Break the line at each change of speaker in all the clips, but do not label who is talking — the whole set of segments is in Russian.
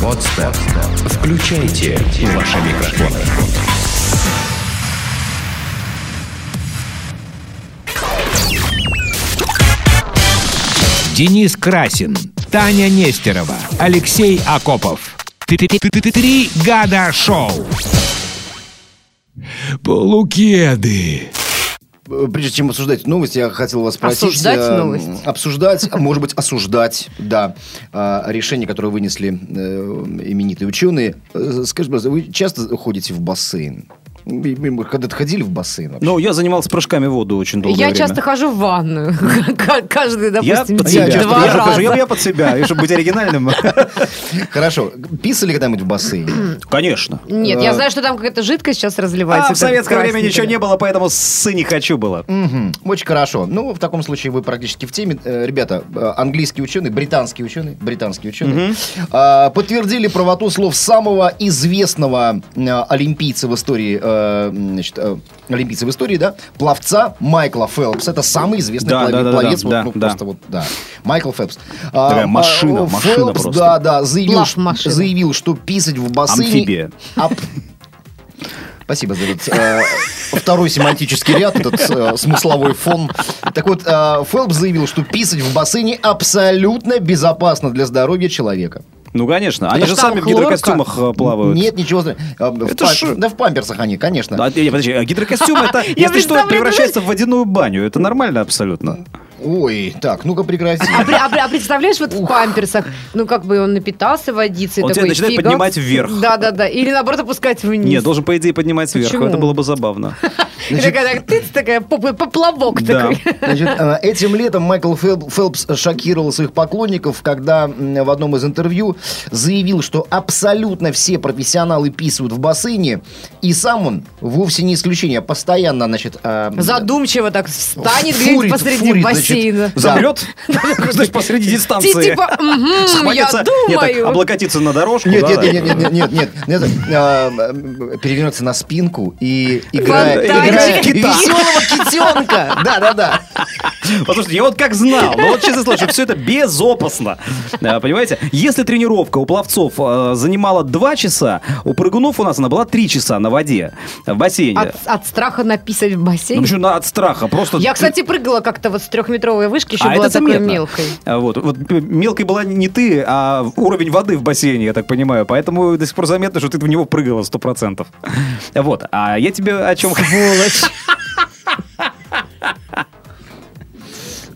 Подстер. Включайте ваши микрофоны.
Денис Красин, Таня Нестерова, Алексей Акопов. Три года шоу. Полукеды.
Прежде чем обсуждать новость, я хотел вас спросить...
Осуждать
э,
новость?
Обсуждать, а может быть, осуждать, да, э, решение, которое вынесли э, именитые ученые. Э, Скажите, пожалуйста, вы часто ходите в бассейн? Вы, вы Когда-то ходили в бассейн вообще?
Ну, я занимался прыжками в воду очень долго.
Я часто хожу в ванную. К- Каждый,
я
допустим,
под
день
себя.
часто
два
я, же хожу, я,
раза.
я под себя. И чтобы быть оригинальным.
Хорошо. Писали когда-нибудь в бассейне?
Конечно.
Нет,
Э,
я знаю, что там какая-то жидкость сейчас разливается.
А в советское время
красненькая.
ничего не было, поэтому ссы не хочу было.
Мгм. Очень хорошо. Ну, в таком случае вы практически в теме. Э, Ребята, э, английские ученые, британские ученые, британские ученые э, подтвердили правоту слов самого известного э, олимпийца в истории, э, значит, э, олимпийца в истории, да, пловца Майкла Фелпса. Это самый известный
Да,
плов-
да, да, да,
пловец.
да,
вот, ну,
да.
просто вот, да. Майкл Фелпс. А,
Такая
а,
машина,
о,
машина
Фелпс,
просто.
да, да, заявил,
Плав
что-
машина.
заявил, что писать в бассейне...
А Амфибия.
Ап- Спасибо за этот э, второй семантический ряд, этот э, смысловой фон. Так вот, э, Фелпс заявил, что писать в бассейне абсолютно безопасно для здоровья человека.
Ну, конечно. Они
Потому
же
что там
сами в
хлорка.
гидрокостюмах э, плавают.
Нет, ничего. зна- э, в
Это
пам-
ж-
Да в памперсах они, конечно.
А, э, подожди, а гидрокостюм это, если что,
представляю,
превращается в водяную баню. Это нормально абсолютно.
Ой, так, ну-ка прекрати.
А, при- а при- а представляешь, вот в памперсах, ну как бы он напитался водицей.
Он тебя
такой,
начинает
фигакс.
поднимать вверх. ну,
Да-да-да. Или наоборот опускать вниз.
Нет, должен, по идее, поднимать сверху.
Почему?
Это было бы забавно.
И такая, так, тыц, такая, поп- поплавок
Да.
такой.
Значит, э, этим летом Майкл Фел- Фелпс шокировал своих поклонников, когда м, в одном из интервью заявил, что абсолютно все профессионалы писают в бассейне, и сам он вовсе не исключение, а постоянно, значит... э,
Задумчиво так встанет
Фурит,
где-нибудь посреди
фурит,
бассейна.
Да.
Замрет? Значит, посреди
Ти-
дистанции.
Типа, «Мгм, я
Схватится. Нет, так,
думаю.
облокотиться на дорожку.
Нет,
да,
нет,
да.
нет, нет, нет, нет, нет, нет, э, э, перевернется на спинку и играет
Фонтанчик.
Кита.
веселого китенка. Да, да, да.
Потому что я вот как знал, но вот честно слово, что все это безопасно. А, Понимаете? Если тренировка у пловцов э, занимала 2 часа, у прыгунов у нас она была 3 часа на воде, в бассейне.
От, от страха написать в
Ну,
бассейн.
почему на- от страха? Просто
я, кстати, прыгала как-то вот с трехметровой вышки, еще
А
была
это
такой
заметно.
мелкой.
А, Вот. вот э, мелкой была не ты, а уровень воды в бассейне, я так понимаю. Поэтому до сих пор заметно, что ты в него прыгала 100%. Вот. А я тебе о чем...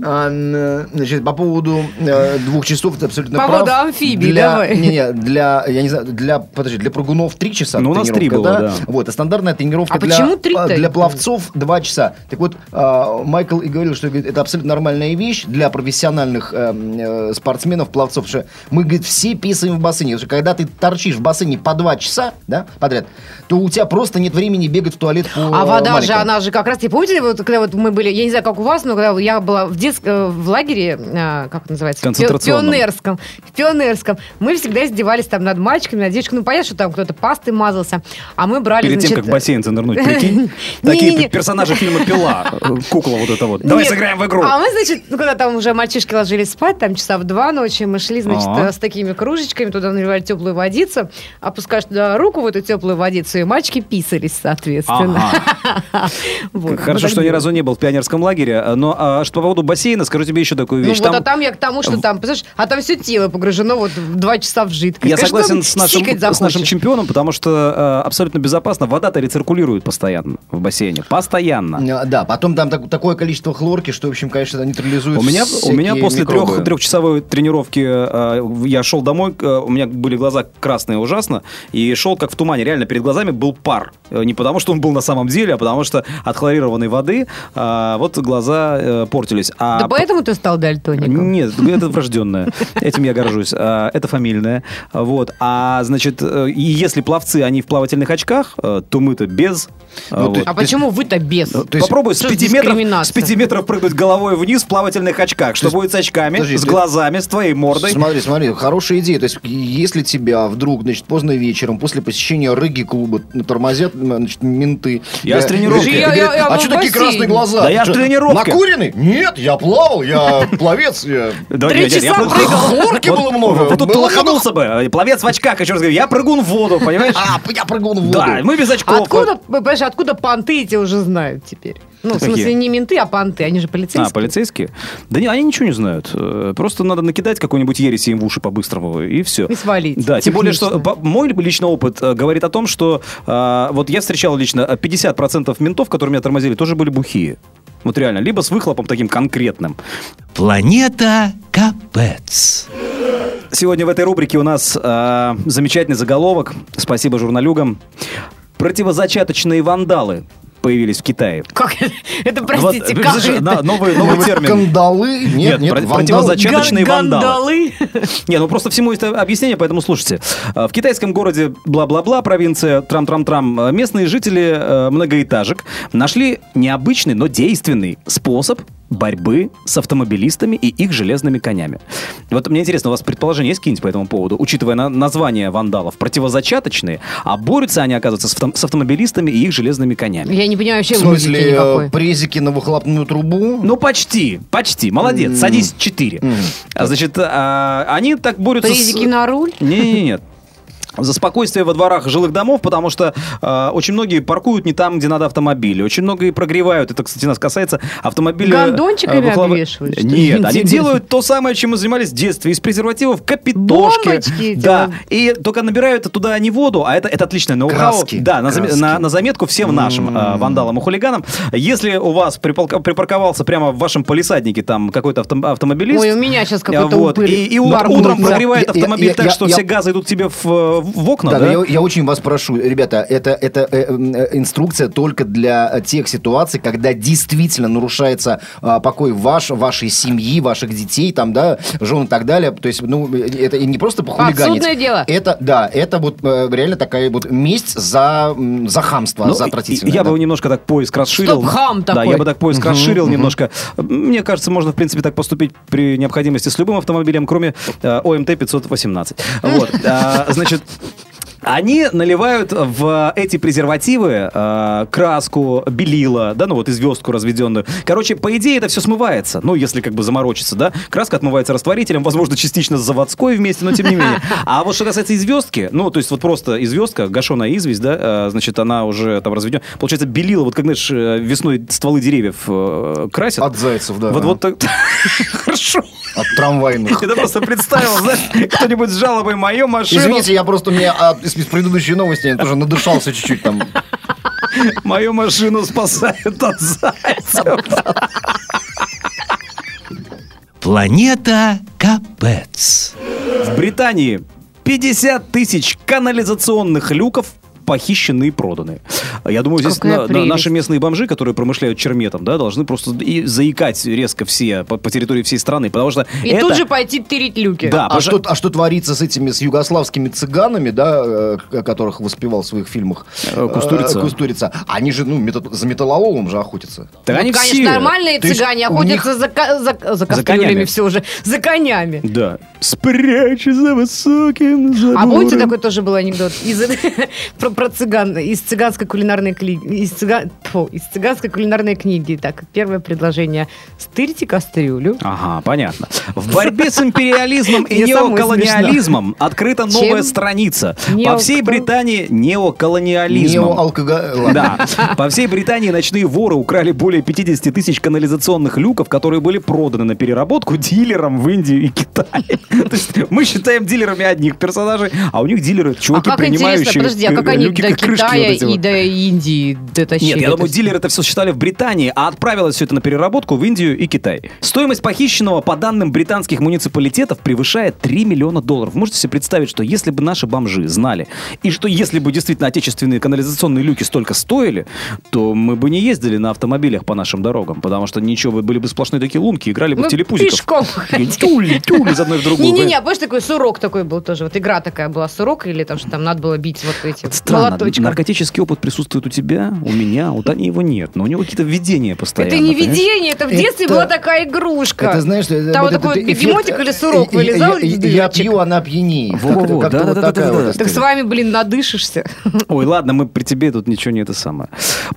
А, н- Значит, по поводу э, двух часов это абсолютно
По
прав.
поводу амфибий,
для,
давай.
Не-не, для, я не знаю, для, подожди, для прыгунов три часа
Ну, у нас
тренировка,
три было, да.
Вот, а стандартная тренировка
А
для,
почему три-то?
а, для пловцов два часа. Так вот, а, Майкл и говорил, что говорит, это абсолютно нормальная вещь для профессиональных эм, э, спортсменов, пловцов, потому что мы, говорит, все писаем в бассейне. Потому что когда ты торчишь в бассейне по два часа, да, подряд, то у тебя просто нет времени бегать в туалет по
А
э,
вода же,
маленькому.
она же как раз... Ты помните, вот, когда вот мы были, я не знаю, как у вас, но когда я была в детском, в лагере, а, как это называется? Пион-
Концентрационном.
Пионерском. В пионерском. Мы всегда издевались там над мальчиками, над девочками. Ну, понятно, что там кто-то пастой мазался. А мы брали,
Перед тем,
значит,
как в бассейн занырнуть, прикинь. Такие
Не-не-не.
персонажи фильма «Пила». э, Кукла вот эта вот. Давай
Нет.
сыграем в игру.
А мы, значит, ну, когда там уже мальчишки ложились спать, там часа в два ночи, мы шли, значит,
Ага.
э, с такими кружечками, туда наливали теплую водицу, опускаешь туда руку в эту теплую водицу, и мальчики писались, соответственно.
Ага.
Вот.
Хорошо,
Вот
что
так
ни
было.
разу не был в пионерском лагере. а, Но а, что по поводу бассейна, скажу тебе еще такую
Ну
вещь.
вот, а там я к тому, что там, представляешь, а там все тело погружено вот в два часа в жидкость.
Я
Конечно,
согласен
там
с нашим,
сикать
с нашим
захочешь.
чемпионом, потому что э, абсолютно безопасно. Вода-то рециркулирует постоянно в бассейне. Постоянно.
Э, Да, потом там так- такое количество хлорки, что, в общем, конечно,
Ну,
нейтрализует
У меня, у
всякие
меня после
микробы.
трех, трехчасовой тренировки э, я шел домой, э, у меня были глаза красные ужасно, и шел как в тумане. Реально перед глазами был пар. Э, Не потому, что он был на самом деле, а потому что от хлорированной воды э, вот глаза э, портились. А
Да поэтому ты стал дальтоником.
Нет, это врожденное. Этим я горжусь. А, Это фамильное. Вот. А значит, э, и если пловцы, они в плавательных очках, э, то мы-то без. А,
Ну, ты-
вот.
А почему вы-то без?
Ну, То есть Попробуй с
Что ж
5, метров, с
дискриминация?
5 метров прыгнуть головой вниз в плавательных очках, что будет с очками,
подожди,
с
ты-
глазами, с твоей мордой.
Смотри, смотри, хорошая идея. То есть, если тебя вдруг, значит, поздно вечером, после посещения рыги-клуба ну, тормозят, м, значит, менты.
Я с тренировки.
Говорят,
Я- я- я
а
был
что
в
такие
бассейне».
красные глаза?
Да я
Ты
с
что,
тренировки.
Накурены? Нет, я плавал, я пловец, я...
Да,
Три
нет, нет, я
часа
просто-
прыгал.
Хорки было много.
Вот тут ты
Было
лоханулся бы. э, Пловец в очках, еще раз говорю, я прыгун в воду, понимаешь?
А, я прыгнул в воду.
Да, мы без очков.
Откуда, понимаешь, откуда понты эти уже знают теперь? Ну, в
Какие?
смысле, не менты, а понты. Они же полицейские.
А, полицейские? Да не, они ничего не знают. Э, Просто надо накидать какой-нибудь ереси им в уши по-быстрому, и все.
И свалить.
Да, тем более,
Технично.
что по- мой личный опыт э, говорит о том, что э, вот я встречал лично э, 50% ментов, которые меня тормозили, тоже были бухие. Вот реально, либо с выхлопом таким конкретным.
Планета Капец.
Сегодня в этой рубрике у нас э, замечательный заголовок. Спасибо журналюгам. Противозачаточные вандалы появились в Китае.
Как это, простите,
Вот, э,
как
слушай,
это?
на- ну, новый, новый
Вы
термин.
Кандалы?
Нет,
Нет, нет,
про-
вандалы.
противозачат- Четочные
Ган-
вандалы.
гандалы.
Не, ну просто всему есть объяснение, поэтому слушайте. Э, В китайском городе бла-бла-бла, провинция Трам-Трам-Трам, э, местные жители э, многоэтажек нашли необычный, но действенный способ борьбы с автомобилистами и их железными конями. Вот мне интересно, у вас предположение есть какие-нибудь по этому поводу? Учитывая на- название вандалов, противозачаточные, а борются они, оказывается, с, авто- с автомобилистами и их железными конями.
Я не понимаю вообще
В смысле,
логики
э,
никакой.
презики на выхлопную трубу?
Ну, почти, почти. Молодец, садись 4. А, значит, а, они так борются с-
Призики на руль?
Не-не-не. За спокойствие во дворах жилых домов, потому что э, очень многие паркуют не там, где надо автомобили. Очень многие прогревают. Это, кстати, нас касается автомобиля...
Гондончиками
выхлоп-
обвешивают, что ли?
Нет, они
Интересно.
делают то самое, чем мы занимались в детстве. Из презервативов капитошки.
Бомбочки
Да.
делают.
И только набирают туда не воду, а это, это отличное ноу-хау.
Краски,
Да, на, зам-
краски. М-м.
на- на заметку всем нашим э, вандалам и хулиганам. Если у вас припалка- припарковался прямо в вашем полисаднике там какой-то авто- автомобилист...
Ой, у меня сейчас
э,
какой-то
вот,
упырь
И, и ут-
барахнул.
утром
Да.
прогревает
Я-
автомобиль
я-
так,
я-
что
я-
все газы идут тебе в, э, в окна, да?
Да, но Я, я очень вас прошу, ребята, это, это э, м, э, инструкция только для э, тех ситуаций, когда действительно нарушается а, покой ваш, вашей семьи, ваших детей, там, да, жен и так далее. То есть, ну, э, это и не просто похулиганить.
Подсудное дело.
Это, да, это вот э, реально такая вот месть за, м, за хамство,
Ну,
за
и-
отвратительное.
я
да.
бы немножко так поиск расширил.
хам
да,
такой.
я бы так поиск расширил немножко. Мне кажется, можно, в принципе, так поступить при необходимости с любым автомобилем, кроме э, ОМТ 518. Вот, а, значит... Они наливают в эти презервативы э, краску, белила, да, ну вот и звездку разведенную. Короче, по идее это все смывается, ну если как бы заморочиться, да. Краска отмывается растворителем, возможно, частично с заводской вместе, но тем не менее. А вот что касается и звездки, ну то есть вот просто и звездка, гашеная известь, да, э, значит, она уже там разведена. Получается, белила, вот как, знаешь, э, весной стволы деревьев э, красят.
От зайцев, А, да.
Вот, вот так. Хорошо.
От трамвайных.
Я это просто представил, знаешь, кто-нибудь с жалобой мою машину.
Извините, я просто мне от- из, из предыдущей новости я тоже надышался чуть-чуть там.
Мою машину спасают от зайцев.
Планета Капец.
В Британии 50 тысяч канализационных люков похищены и проданы. Я думаю, здесь
Какая
на- на-
прелесть.
наши местные бомжи, которые промышляют черметом, да, должны просто и заикать резко все по, по территории всей страны, потому что
И
это-
тут же пойти тырить люки.
да,
А
потому
что, а что творится с этими с югославскими цыганами, да, э, к- которых воспевал в своих фильмах
Э, Кустурица.
Э, Кустурица. Они же, ну, метод- за металлоломом же охотятся.
Так
Ну,
они
конечно,
все-
нормальные
То есть
цыгане
у
охотятся за, ко- за, за кастрюлями
конями.
все уже, за конями.
Да. Спрячься за высоким
А
забором.
помните, такой тоже был анекдот из, про, про цыган, из цыганской кулинарной книги, из, цыга- тьфу, из цыганской кулинарной книги. Так, первое предложение. Стырьте кастрюлю.
Ага, понятно. В борьбе с империализмом и
Мне самой
неоколониализмом открыта новая
Чем?
страница. По
Нео-
всей
кто?
Британии неоколониализмом.
Неоалкоголь.
Да. По всей Британии ночные воры украли более 50 тысяч канализационных люков, которые были проданы на переработку дилерам в Индию и Китай. То есть мы считаем дилерами одних персонажей, а у них дилеры
А
чуваки,
как интересно,
принимающие
подожди, а как
э,
они
люки,
до
как крышки вот
Китая
эти вот.
и до Индии дотащили?
Нет, я
это
думаю,
всё?
дилеры это все считали в Британии, а отправилось все это на переработку в Индию и Китай. Стоимость похищенного, по данным британских муниципалитетов, превышает 3 миллиона долларов. Можете себе представить, что если бы наши бомжи знали, и что если бы действительно отечественные канализационные люки столько стоили, то мы бы не ездили на автомобилях по нашим дорогам, потому что ничего, бы- были бы сплошные такие лунки, играли бы
Ну,
в телепузиков.
пешком.
И Тюли, тюли из одной в другую.
Не-не-не, а помнишь, такой сурок такой был тоже. Вот игра такая была, сурок, или там что там надо было бить вот эти
Странно,
молоточком.
наркотический опыт присутствует у тебя, у меня, у Тани его нет. Но у него какие-то видения постоянно.
Это не
понимаешь?
видение, это в
Это-
детстве была такая игрушка.
Это знаешь, что-
Там вот
этот
такой вот
эффект,
бегемотик или сурок
э, э,
вылезал
Я,
из
я
дырочек.
пью, она пьянеет.
Во-во-во,
Как-то- как-то вот
да-да-да-да-да-да.
такая вот
Так
история.
с вами, блин, надышишься.
Ой, ладно, мы при тебе тут ничего не это самое.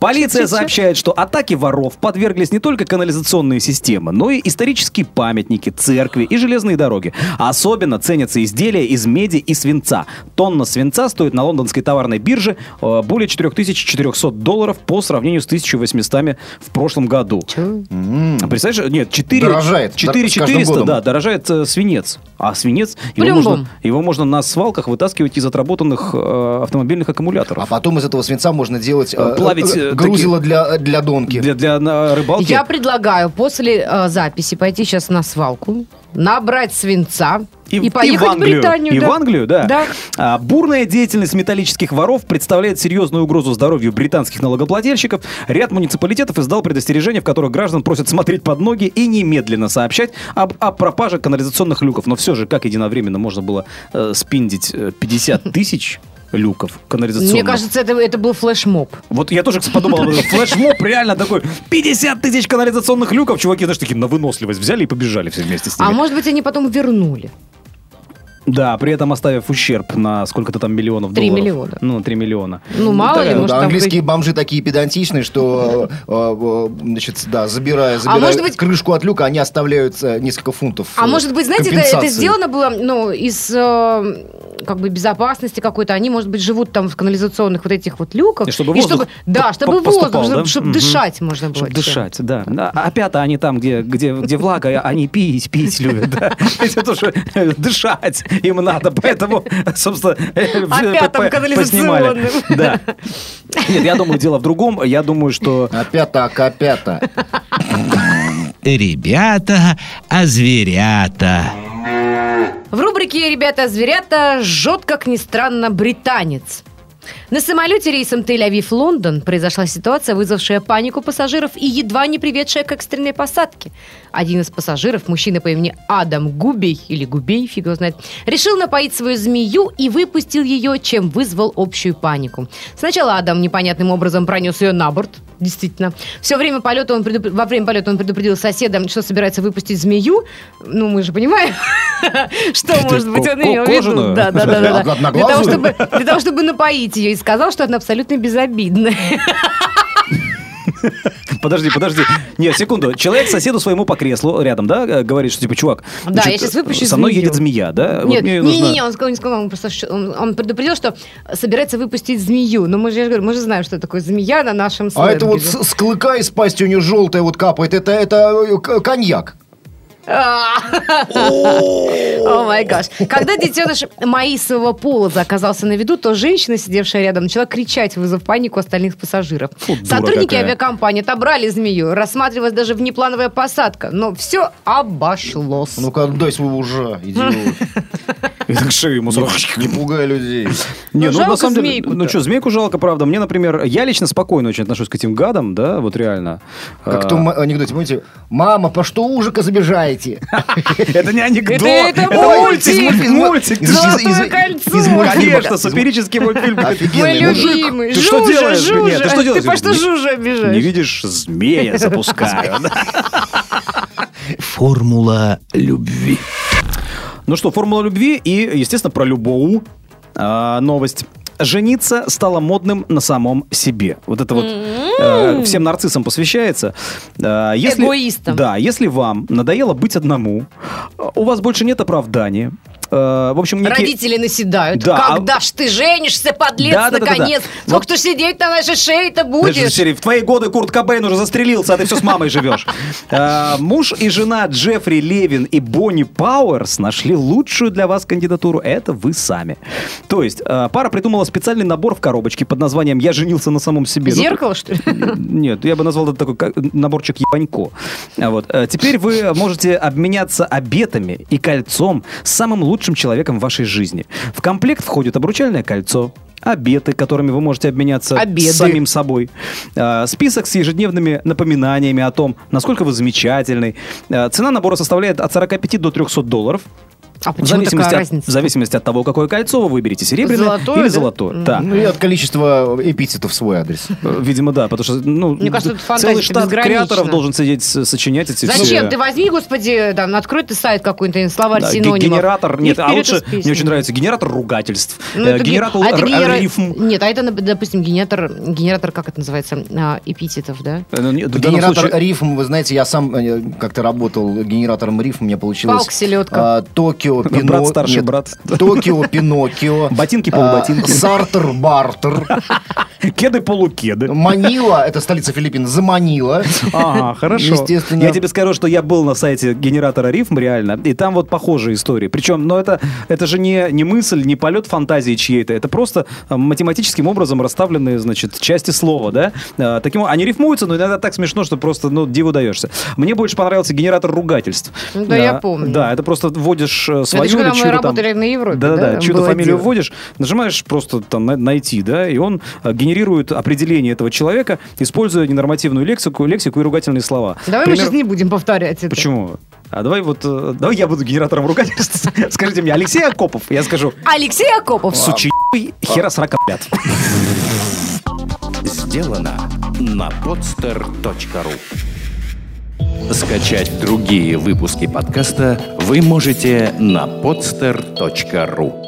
Полиция
Чё-чё-чё?
сообщает, что атаки воров подверглись не только канализационные системы, но и исторические памятники, церкви и железные дороги. Особенно ценятся изделия из меди и свинца. Тонна свинца стоит на лондонской товарной бирже э, более 4400 долларов по сравнению с 1800 в прошлом году.
М.
А Представляешь, нет, 4,
Дорожает. Дор- с каждым
400,
годом.
да, дорожает э, свинец. А свинец, его
Блюм-бум.
можно, его можно на свалках вытаскивать из отработанных э, автомобильных аккумуляторов.
А потом из этого свинца можно делать э,
Плавить, э,
э, грузило для, для донки.
Для, для на, рыбалки?
Я предлагаю после э, записи пойти сейчас на свалку, набрать свинца и, поехать
в Англию.
в Британию.
И
да.
в Англию, да.
Да.
А, бурная деятельность металлических воров представляет серьезную угрозу здоровью британских налогоплательщиков. Ряд муниципалитетов издал предостережение, в которых граждан просят смотреть под ноги и немедленно сообщать об, о пропаже канализационных люков. Но все же, как единовременно можно было э, спиндить э, 50 тысяч люков канализационных?
Мне кажется, это, это был флешмоб. А
Вот я тоже кстати, подумал, об этом. флешмоб реально такой, 50 тысяч канализационных люков, чуваки, знаешь, такие на выносливость взяли и побежали все вместе с ними.
А может быть, они потом вернули.
Да, при этом оставив ущерб на сколько-то там миллионов
Три
долларов.
миллиона.
Ну, 3 миллиона.
Ну, мало ли,
Да,
может,
да,
там
английские бомжи такие педантичные, что, э, э, э, значит, да, забирая, забирая
А может быть-
крышку от люка, они оставляют э, несколько фунтов.
А
э,
может быть, знаете, это, это
компенсации.
сделано было, ну, из э, как бы безопасности какой-то. Они, может быть, живут там в канализационных вот этих вот люках.
И чтобы воздух
да,
по-
чтобы
по- поступал,
воздух, чтобы,
да?
чтобы
Мгм.
дышать можно было.
Чтобы
чем.
дышать, да. Да, А опята они там, где, где, где влага, а они пить, пить любят. да. Это тоже э, дышать им надо, поэтому, собственно, э,
Опятам
по- по-
канализационным.
поснимали. Да. Нет, я думаю, дело в другом. Я думаю, что...
Опята, опята.
Ребята, а зверята.
В рубрике «Ребята, зверята» жжет, как ни странно, британец. На самолете рейсом Тель-Авив-Лондон произошла ситуация, вызвавшая панику пассажиров и едва не приведшая к экстренной посадке. Один из пассажиров, мужчина по имени Адам Губей, или Губей, фиг его знает, решил напоить свою змею и выпустил ее, чем вызвал общую панику. Сначала Адам непонятным образом пронес ее на борт, действительно. Все время полета он предупр- во время полета он предупредил соседа, что собирается выпустить змею. Ну, мы же понимаем, что, может быть, он
ко-
имел в виду.
кожаную?
Да, да, да, да, да. Для того,
Одноглазую?
чтобы, для того, чтобы напоить ее. И сказал, что она абсолютно безобидная.
Подожди, подожди. Нет, секунду. Человек соседу своему по креслу рядом, да, э, говорит, что типа, чувак,
Да,
значит,
я щас выпущу
со мной
змею.
едет змея, да? Вот
Нет,
мне
не,
нужно-
не, не, он сказал, не сказал, он просто ш- он, он предупредил, что собирается выпустить змею. Но мы же, я же говорю, мы же знаем, что такое змея на нашем
А
сленге.
это вот с, с клыка из пасти у нее желтая вот капает, это, это э, к- коньяк.
А. О май гаш. Когда детеныш Маисового полоза оказался на виду, то женщина, сидевшая рядом, начала кричать, вызвав панику остальных пассажиров.
Фу, дура
Сотрудники
какая.
авиакомпании отобрали змею, рассматривалась даже внеплановая посадка, но все обошлось.
Ну,
Ну-ка, отдай своего ужа, идиот.
И так шею ему сразу.
Не пугай людей.
Ну,
Не, ну,
жалко
на самом деле,
змейку-то.
ну что, змейку жалко, правда. Мне, например, я лично спокойно очень отношусь к этим гадам, да, вот реально.
Как
А,
в том анекдоте, помните? Мама, по что ужика забежаете?
А, Это не анекдот.
Это- это мультик.
мультик, мультик.
Из- из-
Золотое
из- из-
кольцо.
из мультфильма.
Конечно, сатирический мультфильм.
Мой
Офигенный мультик.
любимый.
ты что
Жужа,
делаешь?
Жужа.
Нет, ты что делаешь?
по что
Не-
Жужа обижаешь?
Не видишь, змея запускаю.
Формула любви.
Ну что, формула любви и, естественно, про любовь а, новость. Жениться стало модным на самом себе. Вот это вот э, всем нарциссам посвящается. Э, если,
Эгоистам.
Да, если вам надоело быть одному, э, у вас больше нет оправдания. э, в общем, некий-
Родители наседают.
Да, а-
Когда ж ты женишься, подлец,
Да-да-да-да-да.
наконец?
Вот-
Сколько ты сидеть на нашей шее-то
Знаешь, из
будешь?
серии, в твои годы Курт Кобейн уже застрелился, а ты все с мамой живешь. Э, Муж и жена Джеффри Левин и Бонни Пауэрс нашли лучшую для вас кандидатуру. Это вы сами. То есть э, пара придумала специальный набор в коробочке под названием «Я женился на самом себе». Ну,
Зеркало, что ли?
нет, я бы назвал это такой как- наборчик ебанько. А Вот. э, Теперь вы можете обменяться обетами и кольцом с самым лучшим человеком в вашей жизни. В комплект входит обручальное кольцо, обеты, которыми вы можете обменяться
Обеды.
с самим собой, э, список с ежедневными напоминаниями о том, насколько вы замечательный. Э, Цена набора составляет от 45 до 300 долларов.
А
В
почему
зависимости,
такая
от, в
разница?
зависимости от того, какое кольцо вы выберете, серебряное
Золотое,
или
да?
золотое. Да.
Ну и от количества эпитетов в свой адрес.
Э, Видимо, да, потому что ну,
Мне кажется, это
целый
фантазия-то
штат
безгранична.
креаторов должен сидеть, с- сочинять эти
Зачем?
все-
Ты возьми, господи, там, открой ты сайт какой-нибудь, словарь
Да, ге-
синонимов.
генератор,
И
нет, а
вперед
лучше,
из песни.
мне очень нравится, генератор ругательств,
Ну,
э,
это ге-
генератор
а это
р-
генера-
рифм.
Нет, а это, нап- допустим, генератор, генератор как это называется, а, эпитетов, да?
Э, ну, нет, в данном
Генератор
случае-
рифм, вы знаете, я сам э, как-то работал генератором рифм, у меня получилось...
Палк, селедка.
а, Токио,
Брат,
Пино...
старший брат.
Токио, Пиноккио.
Ботинки,
а,
полуботинки.
Сартер, Бартер.
Кеды, полукеды.
Манила, это столица Филиппин, заманила.
Ага, хорошо.
Естественно.
Я тебе скажу, что я был на сайте генератора рифм, реально, и там вот похожие истории. Причем, но это, это же не, не мысль, не полет фантазии чьей-то. Это просто э, математическим образом расставленные, значит, части слова, да? Э, таким, они рифмуются, но иногда так смешно, что просто, ну, диву даешься. Мне больше понравился генератор ругательств.
Ну, да,
Э,
я помню.
Да, это просто вводишь э, свою
Это же
или
когда мы
чью-то там-
работали на Европе, да,
Да-да-да,
там
чью-то
было
фамилию
дело.
вводишь, нажимаешь просто там на- найти, да, и он э, генерирует определение этого человека, используя ненормативную лексику, лексику и ругательные слова.
Давай мы
Пример-
сейчас не будем повторять это.
Почему? А давай вот, э, давай я буду генератором ругательств. Скажите мне, Алексей Акопов, я скажу,
Алексей Акопов.
сучи хера срака, блядь.
Сделано на podster.ru Скачать другие выпуски подкаста вы можете на podster.ru